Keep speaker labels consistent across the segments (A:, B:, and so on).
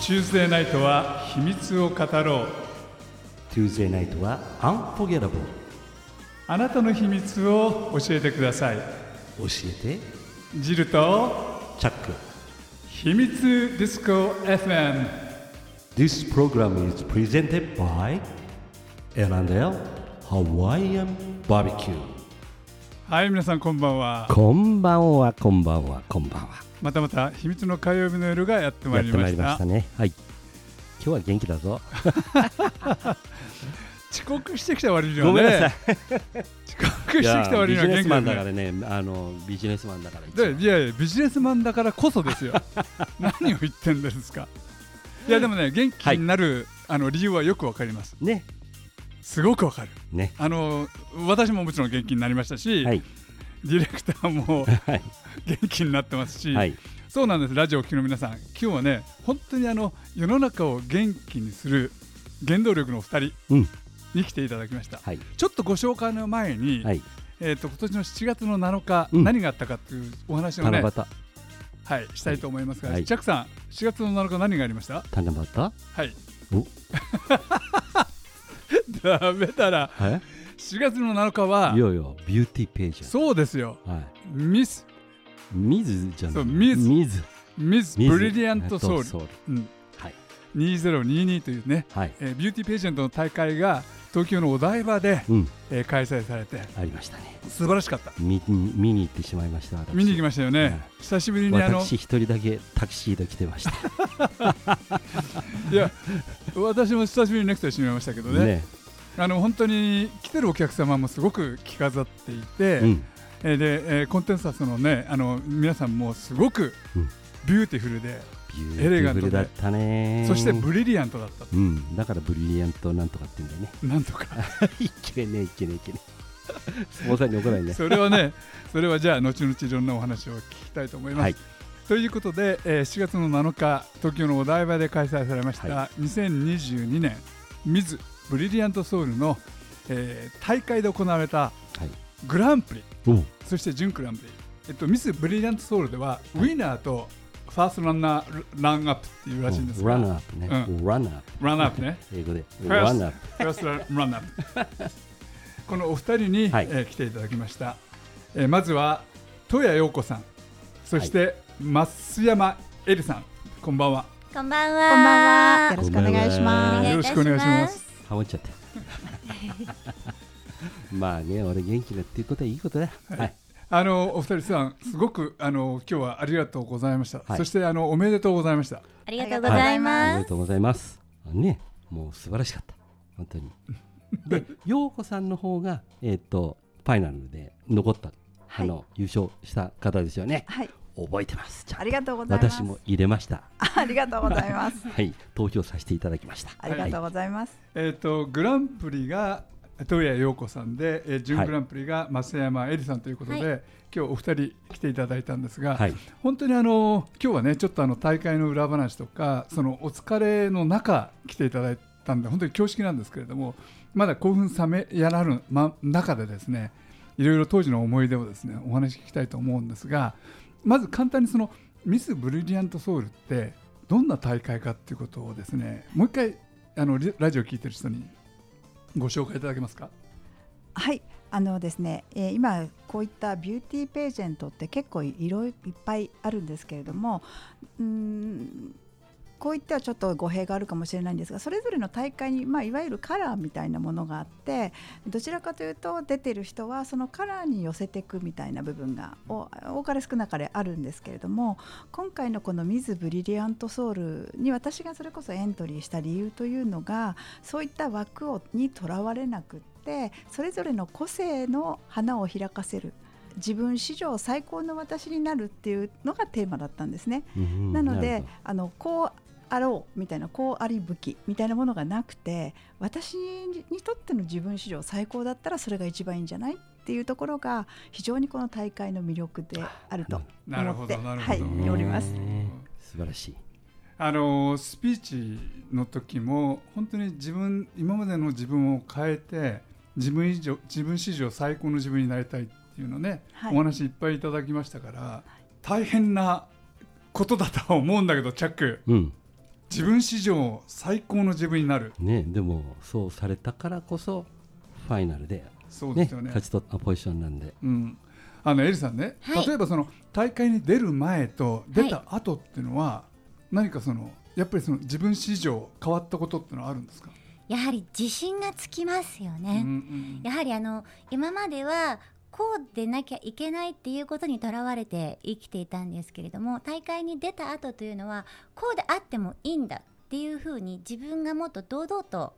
A: チューズデーナイトは秘密を語ろう
B: Tuesday night は Unforgettable
A: あなたの秘密を教えてください
B: 教えて
A: ジルと
B: チャック
A: 秘密ディスコ FM
B: This program is presented by L&L Hawaiian Barbecue
A: はい皆さんこんばんは
B: こんばんはこんばんはこんばんは
A: またまた秘密の火曜日の夜がやってま
B: や
A: い
B: っ
A: り
B: て
A: ま
B: まい
A: し
B: り
A: た
B: ましたねはい今日は元気だぞ
A: 遅刻 してきた割にはね
B: ごめんなさい
A: 遅刻してきた割には
B: ビ
A: 元
B: ジネス
A: 気
B: マ
A: だ
B: ンだか
A: ね
B: らねあのビジネスマンだから一応
A: でいやいやビジネスマンだからこそですよ 何を言ってんですかいやでもね元気になる、あの理由はよくわかります
B: ね
A: すごくわかる
B: ね
A: あの私ももちろん元気になりましたし、
B: はい
A: ディレクターも
B: はい
A: 元気になってますし、
B: はい
A: そうなんですラジオを聴きの皆さん今日はね本当にあの世の中を元気にする原動力のお二人
B: うん
A: に来ていただきました、
B: はい
A: ちょっとご紹介の前に、
B: はい
A: えー、と今年の7月の7日、
B: うん
A: 何があったかというお話を
B: 七
A: ね、
B: 夕
A: はい、したいと思いますが、
B: はい
A: ジャックさん4月の7日何がありました
B: 七夕
A: はい
B: お
A: ダメだら
B: え
A: 4月の7日はい
B: よいよビューティーページ
A: そうですよ
B: はい
A: ミス
B: ミズじゃな
A: そう
B: い
A: ミズ
B: ミズ
A: ミス
B: ミズ
A: ブリリアントソウル
B: ソウル
A: うん
B: はい
A: 2022というね、
B: はい
A: えービューティーページェントの大会が東京のお台場で、
B: うん
A: えー開催されて
B: ありましたね
A: 素晴らしかった
B: 見見に行ってしまいました私
A: 見に行きましたよね、久しぶりにあの
B: 私一人だけタキシード着てました
A: いや私も久しぶりにネクタイしてみましたけど ね
B: ね
A: あの本当に来てるお客様もすごく着飾っていて、
B: うん
A: えーで、えーコンテンサスのねあの皆さんもすごく
B: うん
A: ビューティフルで、
B: ビュー
A: エレ
B: テ
A: ガ
B: ィ
A: ン
B: フ
A: トで
B: ルだったね
A: そしてブリリアントだった
B: うんだからブリリアントなんとかって言うんだよね
A: なんとか
B: いけねえいけねえいけねえスポンサーに怒られ ね
A: それはね、それはじゃあ、後々いろんなお話を聞きたいと思います。
B: はい
A: ということで、えー7月の7日、東京のお台場で開催されました、2022年、ミズ・ブリリアント・ソウルの、えー大会で行われた
B: はい
A: グランプリ、
B: おう
A: そして準グランプリ、えっと、ミス・ブリリアント・ソウルでは、ウィナーとファーストランナー、ランアップっていうらしいんですが、
B: ランナーアップね、
A: う
B: ランナーアップ
A: ランアップね。
B: 英語で
A: ラ
B: ランナーアッ
A: ファーストランナー このお二人に、
B: はい
A: えー来ていただきました、えーまずは戸谷陽子さんそして、増山恵里さんこんばんは
C: こんばんは。
D: こんばんは。よ
C: よ
D: ろしくお願いし
B: こんばん
D: ま
B: は
D: す。
A: よろしくお願いします。
B: プハモっちゃって まあね俺元気だっていうことはいいことだはい
A: あのお二人さんすごくあの今日はありがとうございました、
B: はい
A: そしてあのおめでとうございました
C: ありがとうござい
B: おめ
C: ま。
B: ですとうございます。ね、もう素晴らしかった。本当に。 で、陽子さんの方が、えっ、と、ファイナルで残った、
D: はい
B: あの、優勝した方ですよね。
D: はい、
B: 覚えてます。ちゃん
D: あ
B: と
D: りがとうございます。
B: 私も入れました。
D: ありがとうございます。
B: はい、投票させていただきました。
D: ありがとうございます。
A: えっ、とグランプリが戸谷陽子さんで、えー準グランプリが増山恵里さんということで、今日お二人来ていただいたんですが、
B: はい、
A: 本当にあの今日はねちょっとあの大会の裏話とかそのお疲れの中来ていただいたんで本当に恐縮なんですけれどもまだ興奮冷めやらぬ、ま、中でですねいろいろ当時の思い出をですねお話聞きたいと思うんですがまず簡単にそのミス・ブリリアント・ソウルってどんな大会かっていうことをですねもう一回あのリラジオ聞いてる人にご紹介いただけますか
D: はい、あのですね、えー今こういったビューティーページェントって結構いろいろいっぱいあるんですけれども、うーん。こういったはちょっと語弊があるかもしれないんですがそれぞれの大会に、まあ、いわゆるカラーみたいなものがあってどちらかというと出てる人はそのカラーに寄せていくみたいな部分がお多かれ少なかれあるんですけれども今回のこの「ミズ・ブリリアント・ソウル」に私がそれこそエントリーした理由というのがそういった枠をにとらわれなくってそれぞれの個性の花を開かせる自分史上最高の私になるっていうのがテーマだったんですね。
B: うん
D: なので
B: る
D: あのこうあろうみたいなこうあり武器みたいなものがなくて私にとっての自分史上最高だったらそれが一番いいんじゃないっていうところが非常にこの大会の魅力であると
A: なる
D: 思
A: ほ
D: って
A: どなるほど、
B: ほど
D: はいおります
B: ね素晴らしい。
A: あのスピーチの時も本当に自分今までの自分を変えて自分以上自分史上最高の自分になりたいっていうのね、
D: はい
A: お話いっぱいいただきましたから大変なことだとは思うんだけどチャック
B: うん、
A: 自分史上最高の自分になる
B: ねでもそうされたからこそファイナルで、
A: そうで
B: ね
A: すよね
B: 勝ち取ったポジションなんで
A: うん、あのエリさんね、
C: はい
A: 例えばその大会に出る前と出た後っていうのは、何かそのやっぱりその自分史上変わったことってのはあるんですか、
C: やはり自信がつきますよ
A: うんう
C: ね。
A: ん
C: やはりあの今まではこうでなきゃいけないっていうことにとらわれて生きていたんですけれども大会に出た後というのはこうであってもいいんだっていうふうに自分がもっと堂々と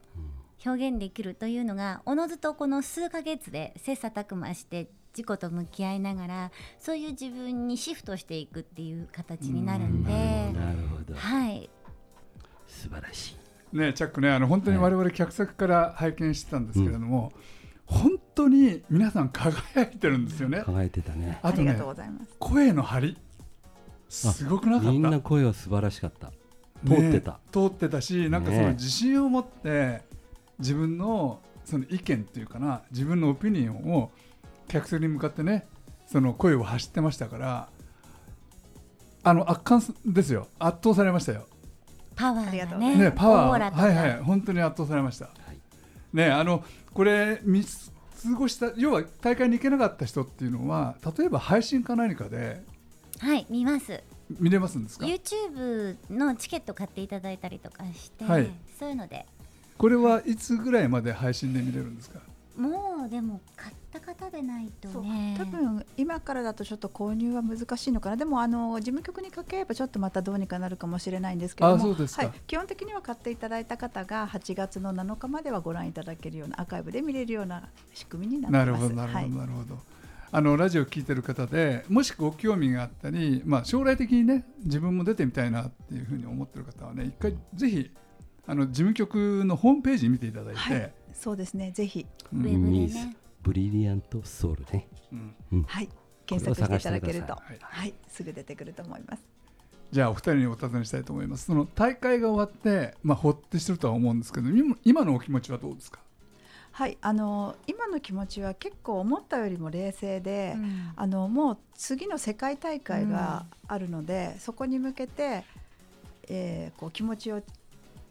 C: 表現できるというのがおのずとこの数ヶ月で切磋琢磨して事故と向き合いながらそういう自分にシフトしていくっていう形になるんで、
B: なるほど
C: はい、
B: 素晴らしい
A: ねチャックねあの本当に我々客席から拝見してたんですけれども、本当に皆さん輝いてるんですよね
B: 輝いてたね
A: あ
D: あ
A: と
D: りが
A: ね
D: とうございます。
A: 声の張りすごくなかった
B: みんな声は素晴らしかった通ってた、
A: ね通ってたしなんかそ
B: ね
A: の自信を持って自分のその意見っていうかな自分のオピニオンを客席に向かってねその声を発してましたからあの圧巻ですよ圧倒されましたよ、
C: パワ
D: ありが
C: ーが
D: とうござい
C: ね
D: ます
A: ね、パ
C: オー
A: ワ
C: ラ
A: ー
C: とか、
A: はいはい本当に圧倒されました
B: はい
A: ねあのこれ見過ごした要は大会に行けなかった人っていうのは例えば配信か何かで
C: はい、見ます。
A: 見れますんですか
C: YouTube のチケット買っていただいたりとかして、
A: はい
C: そういうので
A: これはいつぐらいまで配信で見れるんですか
C: もうでも買った方でないと
D: そう
C: ね
D: 多分今からだとちょっと購入は難しいのかなでもあの事務局にかければちょっとまたどうにかなるかもしれないんですけど
A: あそ
D: も
A: うですか
D: はい、基本的には買っていただいた方が8月の7日まではご覧いただけるようなアーカイブで見れるような仕組みにな
A: な
D: って
A: る
D: ます。
A: ほどなるほ
D: は
A: ど
D: い
A: なるほど、あのラジオを聞いてる方でもしご興味があったり、まあ、将来的にね自分も出てみたいなっていうふうに思ってる方はね一回ぜひあの事務局のホームページ見ていただいて、
D: はいそうですね。ぜひ、
A: うん
C: ウェブで
B: ミーズ
C: ね
B: ブリリアントソウルね
A: うん
D: はい、検索していただける
B: これを
D: と、
B: 探
A: してくだ
D: はい、すぐ出てくると思います。
A: じゃあお二人にお尋ねしたいと思いますその大会が終わって、まあ、ほってしてるとは思うんですけど今今のお気持ちはどうですか、
D: はい、あの今の気持ちは結構思ったよりも冷静で、
C: うん
D: あのもう次の世界大会があるので、そこに向けて、えーこう気持ちを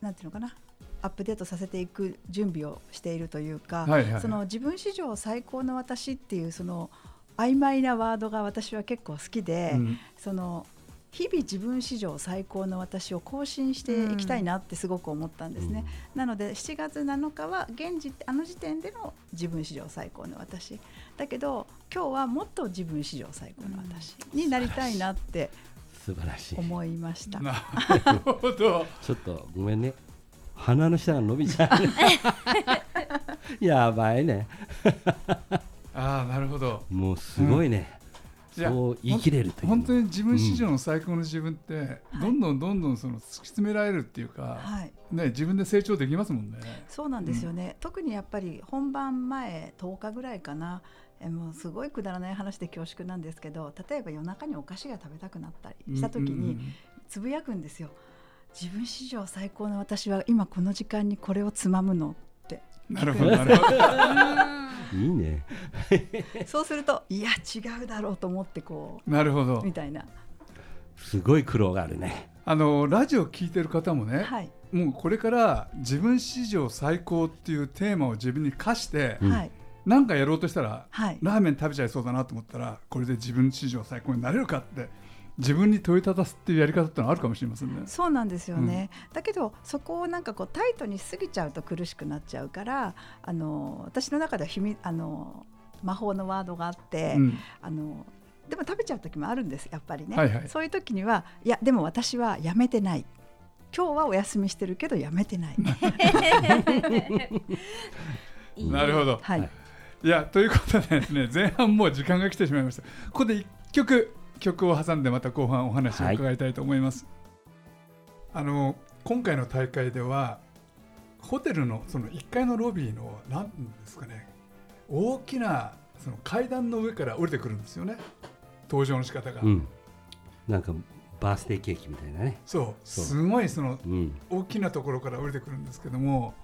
D: なんていうのかなアップデートさせていく準備をしているというか、
A: はいはい
D: その自分史上最高の私っていうその曖昧なワードが私は結構好きで、
A: うん
D: その日々自分史上最高の私を更新していきたいなってすごく思ったんですね。なので7月7日は現時あの時点での自分史上最高の私だけど今日はもっと自分史上最高の私になりたいなって
B: 素晴らしい
D: 思いました。
A: なるほど
B: ちょっとごめんね鼻の下が伸びちゃ うやばいね
A: ああなるほど
B: もうすごいね、
A: いや
B: そう言い切れるという
A: 本当に自分史上の最高の自分って、どんどんどんどんその突き詰められるっていうか、
D: はい
A: ね、自分で成長できますもんね。
D: そうなんですよね、特にやっぱり本番前10日ぐらいかなえもうすごいくだらない話で恐縮なんですけど例えば夜中にお菓子が食べたくなったりした時に、
A: うん
D: つぶやくんですよ自分史上最高の私は今この時間にこれをつまむのって
A: なるほど、なる ほど。
B: いいね
D: そうするといや違うだろうと思ってこ
A: なるほ
D: う
A: ど
D: み。たいな
B: すごい苦労があるね
A: あのラジオ聞いてる方もね、
D: はい、
A: もうこれから自分史上最高っていうテーマを自分に課して、
B: ん
D: はい
A: なんかやろうとしたら、
D: はい
A: ラーメン食べちゃいそうだなと思ったら、これで自分史上最高になれるかって自分に問いただすっていうやり方ってのはあるかもしれませんね。
D: そうなんですよね、だけどそこをなんかこうタイトにしすぎちゃうと苦しくなっちゃうからあの私の中では秘密あの魔法のワードがあって、
A: うん
D: あのでも食べちゃう時もあるんですやっぱりね、
A: はいはい
D: そういう時にはいやでも私はやめてない今日はお休みしてるけどやめてない
C: いい
A: なるほど。
D: はい、
B: はい
A: いやということでですね前半もう時間が来てしまいましたここで一曲曲を挟んでまた後半お話を伺いたいと思います、あの今回の大会ではホテルのその1階のロビーの何ですかね大きなその階段の上から降りてくるんですよね登場の仕方が、
B: うんなんかバースデーケーキみたいなね
A: そう
B: そう
A: すごいその
B: うん
A: 大きなところから降りてくるんですけども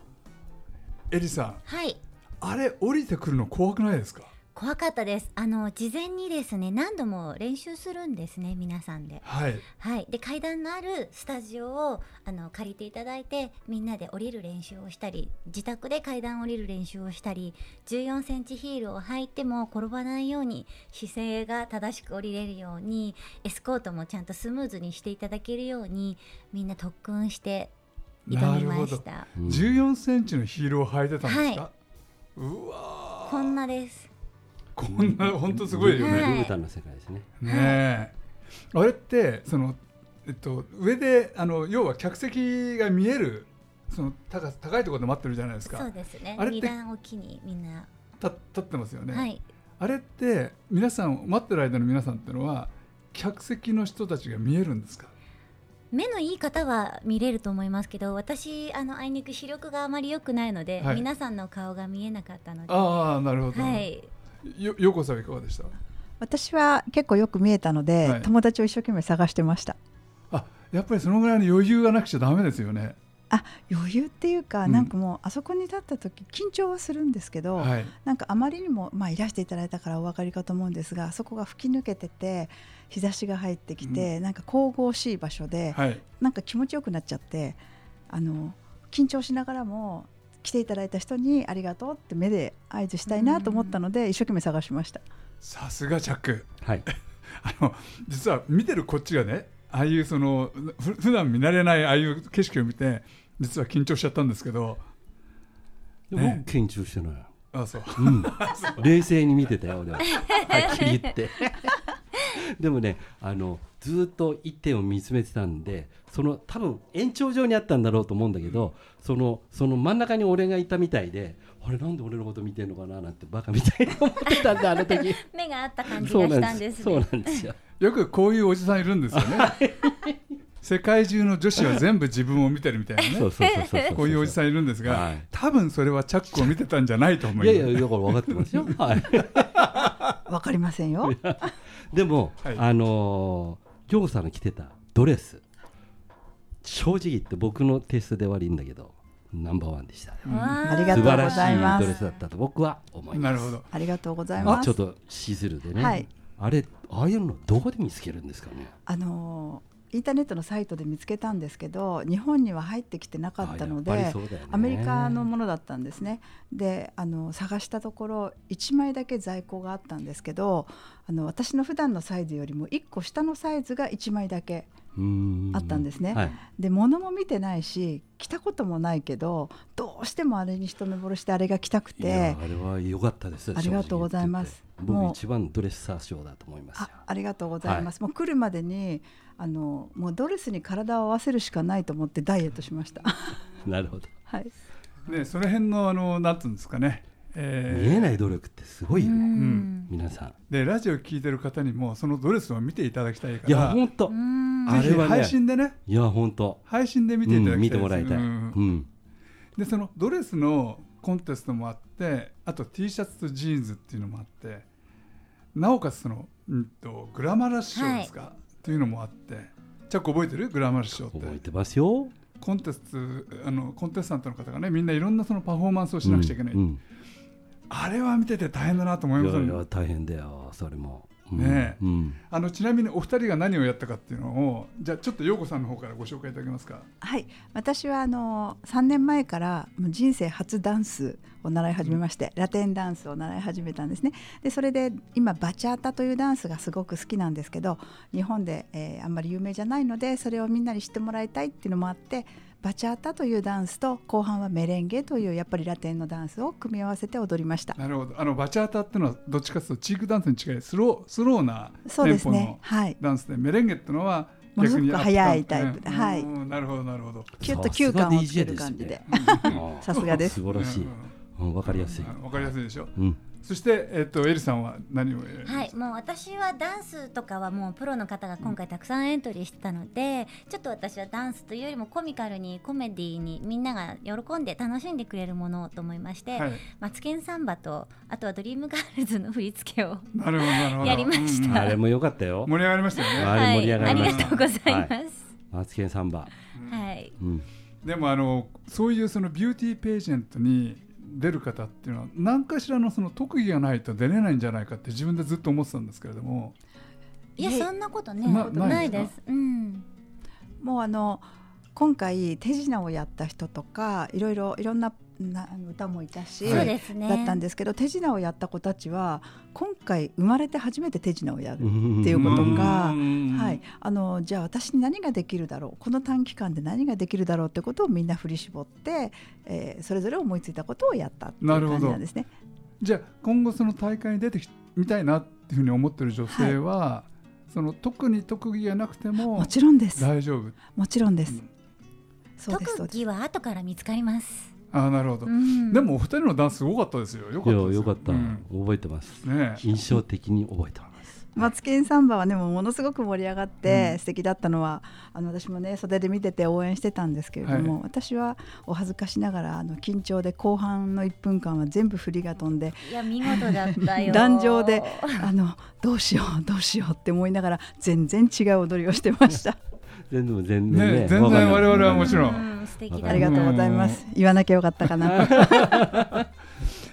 A: エリさん
C: はい
A: あれ降りてくるの怖くないですか
C: 怖かったですあの事前にですね何度も練習するんですね皆さんで
A: はい
C: はい、で階段のあるスタジオをあの借りていただいてみんなで降りる練習をしたり自宅で階段を降りる練習をしたり1 4センチヒールを履いても転ばないように姿勢が正しく降りれるようにエスコートもちゃんとスムーズにしていただけるようにみんな特訓して挑
A: な
C: み
A: るほ
C: ま
A: ど
C: した
B: うん
A: 1 4センチのヒールを履いてたんですか、
C: は
A: うわー
C: こんなです
A: こんな本当すごいよね、
C: はい
B: ルブタンの世界ですね。
A: ねえ、あれってその、えっと、上であの要は客席が見えるその高さ高いところで待ってるじゃないです
C: そう
A: か
C: ですね
A: あれって
C: 二段おきにみんな、
A: た立ってますよね、
C: はい
A: あれって皆さん待ってる間の皆さんってのは客席の人たちが見えるんですか
C: 目のいい方は見れると思いますけど私あのあいにく視力があまり良くないので、
A: はい
C: 皆さんの顔が見えなかったのでは
A: ああなるほど、
C: い
A: よようこさんはいかがでした
D: 私は結構よく見えたので、
A: はい
D: 友達を一生懸命探してました
A: あやっぱりそのぐらいの余裕がなくちゃダメですよね
D: あ余裕っていうか、
A: うん
D: なんかもうあそこに立った時緊張はするんですけど、
A: はい
D: なんかあまりにも、まあ、いらしていただいたからお分かりかと思うんですがそこが吹き抜けてて日差しが入ってきて、なんか神々しい場所で、
A: はい
D: なんか気持ちよくなっちゃってあの緊張しながらも来ていただいた人にありがとうって目で合図したいなと思ったので、一生懸命探しま した
A: さすがチャック
B: はい。
A: あの実は見てるこっちがねああいうそのふ普段見慣れないああいう景色を見て実は緊張しちゃったんですけど
B: でも僕緊張してない。
A: あそう
B: うん、 冷静に見てたよ俺ははっきり言って でもねあのずっと一点を見つめてたんでその多分延長上にあったんだろうと思うんだけど、そのその真ん中に俺がいたみたいであれなんで俺のこと見てんのかななんてバカみたいに思ってたんだあの時
C: 目があった 感じ
B: そ
C: が
B: う
C: し
B: な
C: た
B: ん
C: ん
B: で
C: ですす
B: そう
C: ね
B: なんです よ
A: よくこういうおじさんいるんですよね世界中の女子は全部自分を見てるみたいな
B: そ
A: ね
B: うそうそうそうそう
A: こういうおじさんいるんですが、
B: はい
A: 多分それはチャックを見てたんじゃないと思いま
B: い
A: す
B: やいやだから分かってますよ、はい、
D: 分かりませんよ
B: でも、
A: はい
B: あのー、ジョーさんの着てたドレス正直言って僕のテストで悪いんだけどナンバーワンでした、
A: ん
C: わ
D: ありがと
B: 素
D: うござ
B: 晴
D: い
B: ら
D: ま
B: し
D: す
B: いドレスだったと僕は思います
A: なるほど
D: ありがとうござい
B: まあ
D: ます
B: ちょっとシーズルでね、
D: はい
B: あれああいうのどこで見つけるんですかね
D: あのインターネットのサイトで見つけたんですけど日本には入ってきてなかったので
B: あやっぱりそうだよね
D: アメリカのものだったんですねであの探したところ1枚だけ在庫があったんですけどあの私の普段のサイズよりも1個下のサイズが1枚だけ
B: うーん
D: あったんですね
B: はい、
D: で物も見てないし着たこともないけどどうしてもあれに一目惚れしてあれが着たく
B: いや
D: て
B: あれは良かったです
D: ありがとうございます
B: 正直言ってて
D: もう
B: 僕一番ドレッサー賞だと思いますよ
D: あありがとうございます、もう来るまでにあのもうドレスに体を合わせるしかないと思ってダイエットしました。
B: なるほど、
D: はい、
A: ねその辺のあのなんていうんですかね、え
B: 見
A: ー
B: えない努力ってすごいよ
C: う
B: ね、
C: ん
B: 皆さん
A: でラジオ聞いてる方にもそのドレスを見ていただきたいから
B: いや本当、
C: うん
B: あ
A: ぜ
B: れ
A: ひ
B: はね
A: 配信でね
B: いや本当
A: 配信で見
B: 見
A: ていただきたいです、
B: 見てもらいたい、
A: う
B: うんん
A: でそのドレスのコンテストもあってあと T シャツとジーンズっていうのもあってなおかつその、うん、とグラマラス賞ですか、っていうのもあってチャック覚えてるグラマラス賞って
B: 覚えてますよ
A: コンテストあのコンテスタントの方がねみんないろんなそのパフォーマンスをしなくちゃいけない、
B: うんうん
A: あれは見てて大変だなと思いま
B: い
A: す
B: やい
A: ね
B: や大変だよそれも、うん
A: ねえ
B: うん
A: あのちなみにお二人が何をやったかっていうのをじゃあちょっと陽子さんの方からご紹介いただけますか
D: はい、私はあの3年前からもう人生初ダンスを習い始めまして、ラテンダンスを習い始めたんですねでそれで今バチャータというダンスがすごく好きなんですけど日本で、えーあんまり有名じゃないのでそれをみんなに知ってもらいたいっていうのもあってバチャータというダンスと後半はメレンゲというやっぱりラテンのダンスを組み合わせて踊りました
A: なるほどあのバチャータっていうのはどっちかというとチークダンスに近いスロースローな
D: そう
A: テ
D: で
A: ン
D: す
A: ポの、
D: ねはい
A: ダンスでメレンゲってのは
D: ものす
A: 逆に
D: ごく
A: アップ
D: 速いタイプで
A: うん
D: はい
A: うんなるほどなるほど
D: キュッと急感をつける感じでさすがです
B: 素晴らし
A: う
B: い
A: ん。
B: うんわかりやすい。
A: うんわかりやすいでしょ
B: うん。
A: そしてえっとエリさんは何をやる
C: はい、もう私はダンスとかはもうプロの方が今回たくさんエントリーしてたので、ちょっと私はダンスというよりもコミカルにコメディにみんなが喜んで楽しんでくれるものと思いまして、
A: はい
C: マツケンサンバとあとはドリームガールズの振り付けを
A: なるほどなるほど
C: やりまし
A: うん
C: た
B: あれも良かったよ。
A: 盛り上がりましたよね
B: あれ盛り上がりました
C: はい、ありがとうございます。
B: マツケンサンバ。
C: はい、
B: うん。
A: でもあのそういうそのビューティーページェントに出る方っていうのは何かしらのその特技がないと出れないんじゃないかって自分でずっと思ってたんですけれども
C: いやそんなことね
A: な
C: な
A: ない
C: い
A: で
C: ですす。うん。
D: もうあの今回手品をやった人とかいろいろいろんなな歌もいたし、
A: は
C: そうですね。
D: だったんですけど手品をやった子たちは今回生まれて初めて手品をや
B: っ
D: る。
B: て
D: いうことが
A: は
D: はい、あのじゃあ私に何ができるだろうこの短期間で何ができるだろうってことをみんな振り絞って、えーそれぞれ思いついたことをやったっていう
A: なるほど
D: 感じなんですね。
A: じゃあ今後その大会に出てみたいなっていうふうに思ってる女性は、その特に特技がなくても
D: もちろんです
A: 大丈夫
D: もちろんです。
A: うん
D: そうですそう
C: 特
D: で
C: 技
D: す
C: は後から見つかります。
A: ああなるほど、
C: うん
A: でもお二人のダンスすごかったですよよか
B: い
A: っ
B: や
A: たです
B: よかった、
A: うん
B: 覚えてます
A: ねえ
B: 印象的に覚えてます
D: マツケンサンバはねもうものすごく盛り上がって、
A: うん
D: 素敵だったのはあの私もね袖で見てて応援してたんですけれども、
A: は
D: 私はお恥ずかしながらあの緊張で後半の1分間は全部振りが飛んで
C: いや見事だったよ。
D: 壇上で あのどうしようどうしようって思いながら全然違う踊りをして ました。
B: 全然全然
A: ね全
B: ね
A: 然
B: わかんない
A: 我々はもちろん
C: うん素敵だ。
D: ありがとうございます。言わなきゃよかった かな。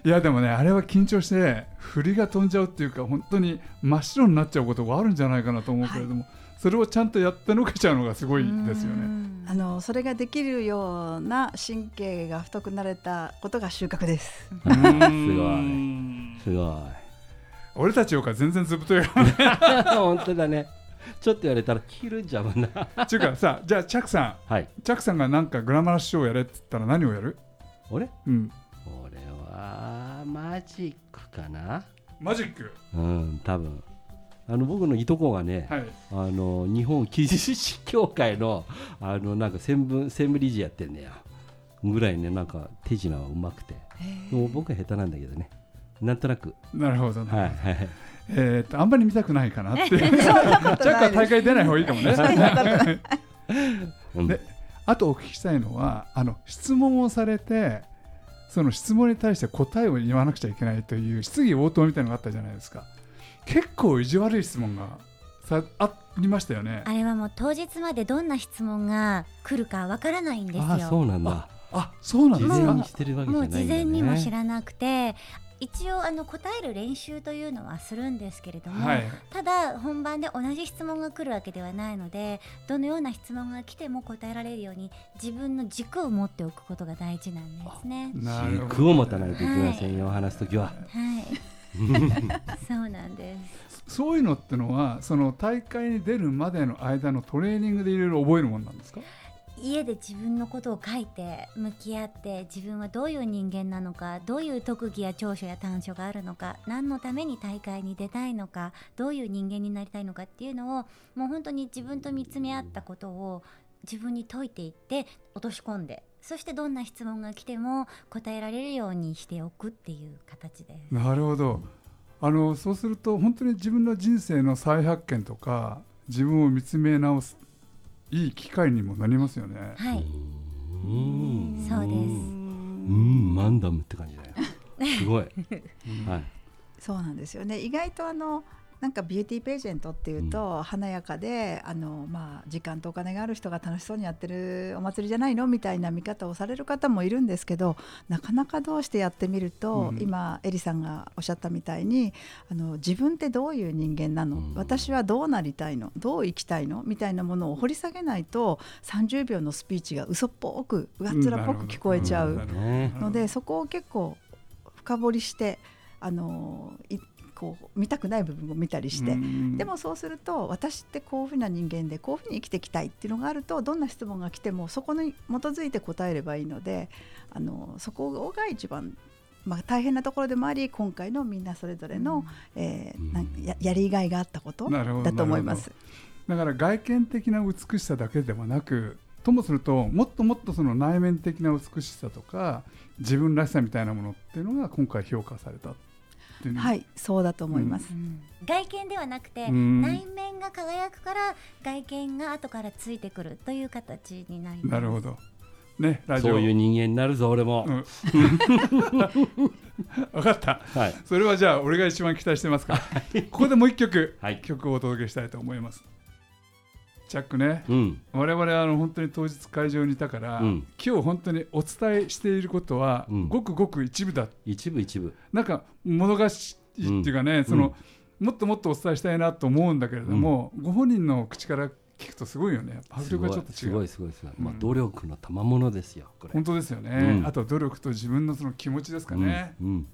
A: いやでもねあれは緊張して振りが飛んじゃうっていうか本当に真っ白になっちゃうことがあるんじゃないかなと思うけれども、それをちゃんとやってのけちゃうのがすごいですよね。
C: ね
D: あのそれができるような神経が太くなれたことが収穫です。
A: う
B: んすごい
A: 俺たちよりか全然ずぶといよ
B: 本当だねちょっと言われたら切るんじゃもんな
A: っていうかさじゃあチャックさ
B: はい
A: んチャックさんがなんかグラマラスショーやれって言ったら何をやる
B: 俺
A: うん
B: 俺はマジックかな
A: マジック
B: うん多分あの僕のいとこがね、
A: はい
B: あの日本記事協会のあのなんか専務専務理事やってんだよぐらいねなんか手品はうまくてでも僕は下手なんだけどねなんとなく
A: なるほどね、
B: はいはい
A: えーっとあんまり見たくないかなっていうチャッ
D: そんなこ
A: ク
D: とな
A: はい
D: で
A: 大
D: す。
A: 会出ない方がいいかも ね
B: うん
A: であとお聞きしたいのはあの質問をされてその質問に対して答えを言わなくちゃいけないという質疑応答みたいなのがあったじゃないですか結構意地悪い質問がさありましたよね
C: あれはもう当日までどんな質問が来るかわからないんですよ。
B: ああそうなんだ
A: あそうなん
B: 事
A: です
B: 前
A: か
B: にしてるわけじ
C: も
B: ゃな
C: う
B: いんだ、ね、
C: 事前にも知らなくて一応あの答える練習というのはするんですけれども、
A: はい
C: ただ本番で同じ質問が来るわけではないのでどのような質問が来ても答えられるように自分の軸を持っておくことが大事なんですね。
A: なるほど
B: 軸を持たないといけませんよ、話すときは。
C: はい、 そうなんです。
A: そういうのってのはその大会に出るまでの間のトレーニングでいろいろ覚えるもんなんですか
C: 家で自分のことを書いて向き合って自分はどういう人間なのかどういう特技や長所や短所があるのか何のために大会に出たいのかどういう人間になりたいのかっていうのをもう本当に自分と見つめ合ったことを自分に解いていって落とし込んでそしてどんな質問が来ても答えられるようにしておくっていう形です。
A: なるほどあのそうすると本当に自分の人生の再発見とか自分を見つめ直すいい機会にもなりますよね
C: はいう
B: ーん
C: そうで
B: うー
C: す
B: ん、マンダムって感じ だよ。すごい。はい。
D: そうなんですよね。意外とあのなんかビューティーページェントっていうと華やかで、あのまあ時間とお金がある人が楽しそうにやってるお祭りじゃないのみたいな見方をされる方もいるんですけど、なかなかどうしてやってみると、
A: うん
D: 今エリさんがおっしゃったみたいに、あの自分ってどういう人間なの、
B: うん
D: 私はどうなりたいの、どう生きたいのみたいなものを掘り下げないと、30秒のスピーチが嘘っぽく上っ面っぽく聞こえちゃう。
A: んなるほど
B: ね
D: のでそこを結構深掘りしてあのいこう見たくない部分を見たりして、
A: うん
D: でもそうすると私ってこういうふうな人間でこういうふうに生きていきたいっていうのがあるとどんな質問が来てもそこに基づいて答えればいいのであのそこが一番、まあ、大変なところでもあり今回のみんなそれぞれの、えーなんややりがいがあったこと
A: なるほど
D: だと思います。
A: だから外見的な美しさだけではなくともするともっともっとその内面的な美しさとか自分らしさみたいなものっていうのが今回評価されたっていうの
D: はいそうだと思います、
C: 外見ではなくて
A: うん
C: 内面が輝くから外見が後からついてくるという形になります。
A: なるほどねラジオ
B: そういう人間になるぞ、俺も。
A: うん分かった
B: はい。
A: それはじゃあ俺が一番期待してますからここでもう一曲、
B: はい
A: 曲をお届けしたいと思いますチャックね
B: うん
A: 我々あの本当に当日会場にいたから、
B: うん
A: 今日本当にお伝えしていることは、
B: うん
A: ごくごく一部だ
B: 一部一部
A: なんか物悲しいっていうかね、そのもっともっとお伝えしたいなと思うんだけれども、ご本人の口から聞くとすごいよね迫
B: す
A: 力
B: ご
A: がちょ
B: い
A: っと
B: す
A: 違
B: ご
A: う
B: いすごいすごい、まあ
A: うん
B: 努力の賜物ですよこれ
A: 本当ですよね、
B: うん
A: あとは努力と自分のその気持ちですかね、
B: うん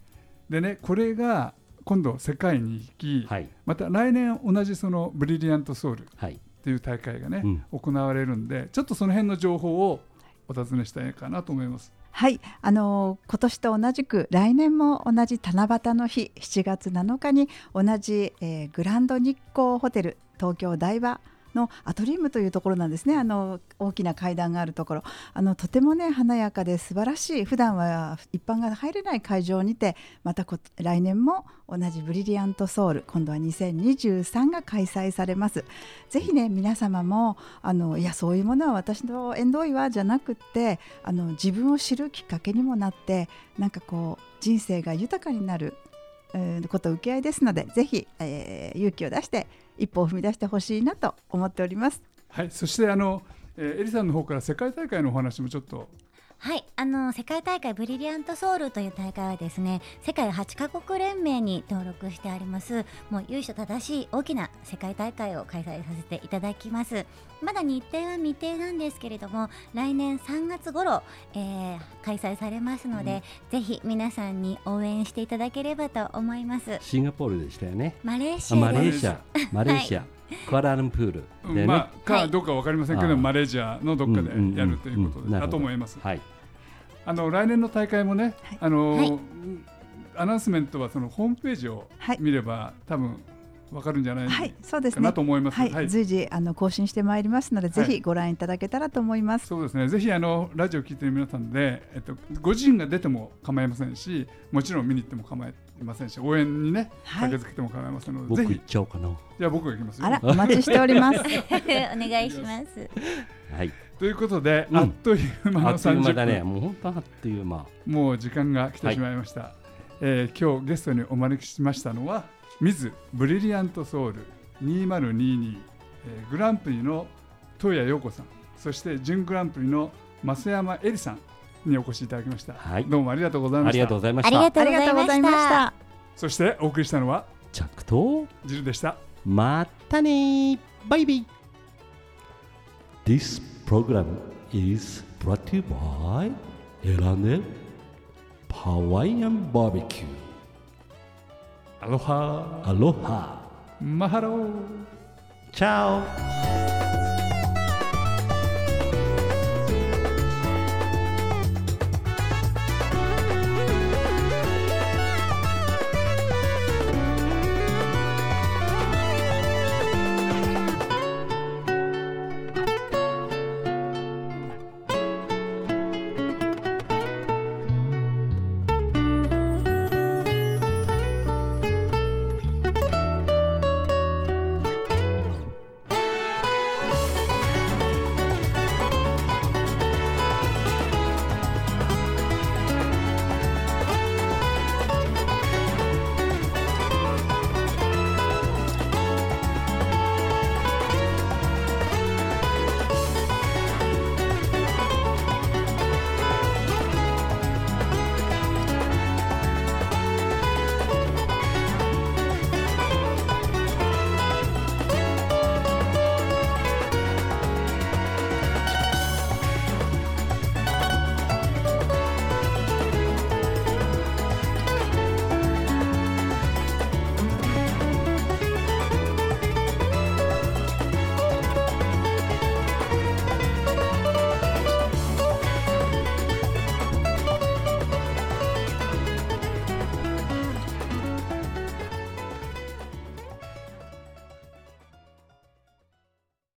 A: でねこれが今度世界に行
B: う
A: き、
B: ん、はい
A: また来年同じそのブリリアントソウルっ
B: はい
A: ていう大会がね、
B: うん
A: 行われるんでちょっとその辺の情報をお尋ねしたいかなと思います。
D: はい、あの今年と同じく来年も同じ七夕の日7月7日に同じ、えーグランド日光ホテル東京台場のアトリウムというところなんですねあの大きな階段があるところあのとてもね華やかで素晴らしい普段は一般が入れない会場にてまたこ来年も同じブリリアントソウル今度は2023が開催されますぜひね皆様もあのいやそういうものは私の縁遠いわじゃなくってあの自分を知るきっかけにもなってなんかこう人生が豊かになる、えーこと受け合いですのでぜひ、えー勇気を出して一歩を踏み出してほしいなと思っております。
A: はい、そしてあの、えー、エリさんの方から世界大会のお話もちょっと
C: はい、あの世界大会ブリリアントソウルという大会はですね世界8カ国連盟に登録してありますもう由緒正しい大きな世界大会を開催させていただきますまだ日程は未定なんですけれども来年3月頃、えー開催されますので、ぜひ皆さんに応援していただければと思います
B: シンガポールでしたよね
C: マレーシ
B: あ
C: ア
B: マ
C: で
B: レ
C: す
B: ーシアマレーシア、クアラルンプール
A: うん
B: でね、
A: まあ、
C: は
A: か
C: い
A: どうかわかりませんけど、
B: あー
A: マレーシアのどっかでやるということだと思います。
B: はい
A: あの来年の大会もね、
D: はい
A: あの
C: はい
A: アナウンスメントはそのホームページを
D: はい
A: 見れば、多分わかるんじゃない
D: はい、そうです
A: か
D: ね
A: なと。思います。
D: はい、
A: はい
D: 随時あの更新してまいりますので、ぜひご覧いただけたらと思います。
A: そうですね。ぜひあのラジオを聞いてる皆さんで、えっとご自身が出ても構いませんし、もちろん見に行っても構いませんし、応援にね
D: はい
A: 駆けつけても構いませんので、
B: 僕
A: ぜ
B: 行っ
A: ひ
B: ちゃおうかな
A: じゃあ僕が行きますよ
D: あ。ら、お待ちしております。
C: お願いします
B: はい
A: ということで、
B: うん
A: あっという間
B: あ
A: の
B: っという
A: 30
B: 間
A: 分
B: だねもう本当あっという間
A: もう時間が来て
B: はい
A: しまいました、えー今日ゲストにお招きしましたのはミズブリリアントソウル2022、えーグランプリの東谷陽子さんそして準グランプリの増山恵里さんにお越しいただきました、
B: はい
A: どうもありがとうございま
B: あ
A: し
B: りがと
A: た
B: うございま
C: あ
B: し
C: り
B: た
C: がと
D: あ
C: う
D: り
C: ご
D: が
C: ざい
D: と
C: う
D: ご
C: ま
D: ざい
C: し
D: ましたた。
A: そしてお送りしたのは
B: 着と
A: ジルでした
B: またねーバイビー This program is brought to you by エラネハワイアンバーベキュー
A: アロハ
B: アロハ
A: マハロー
B: チャオ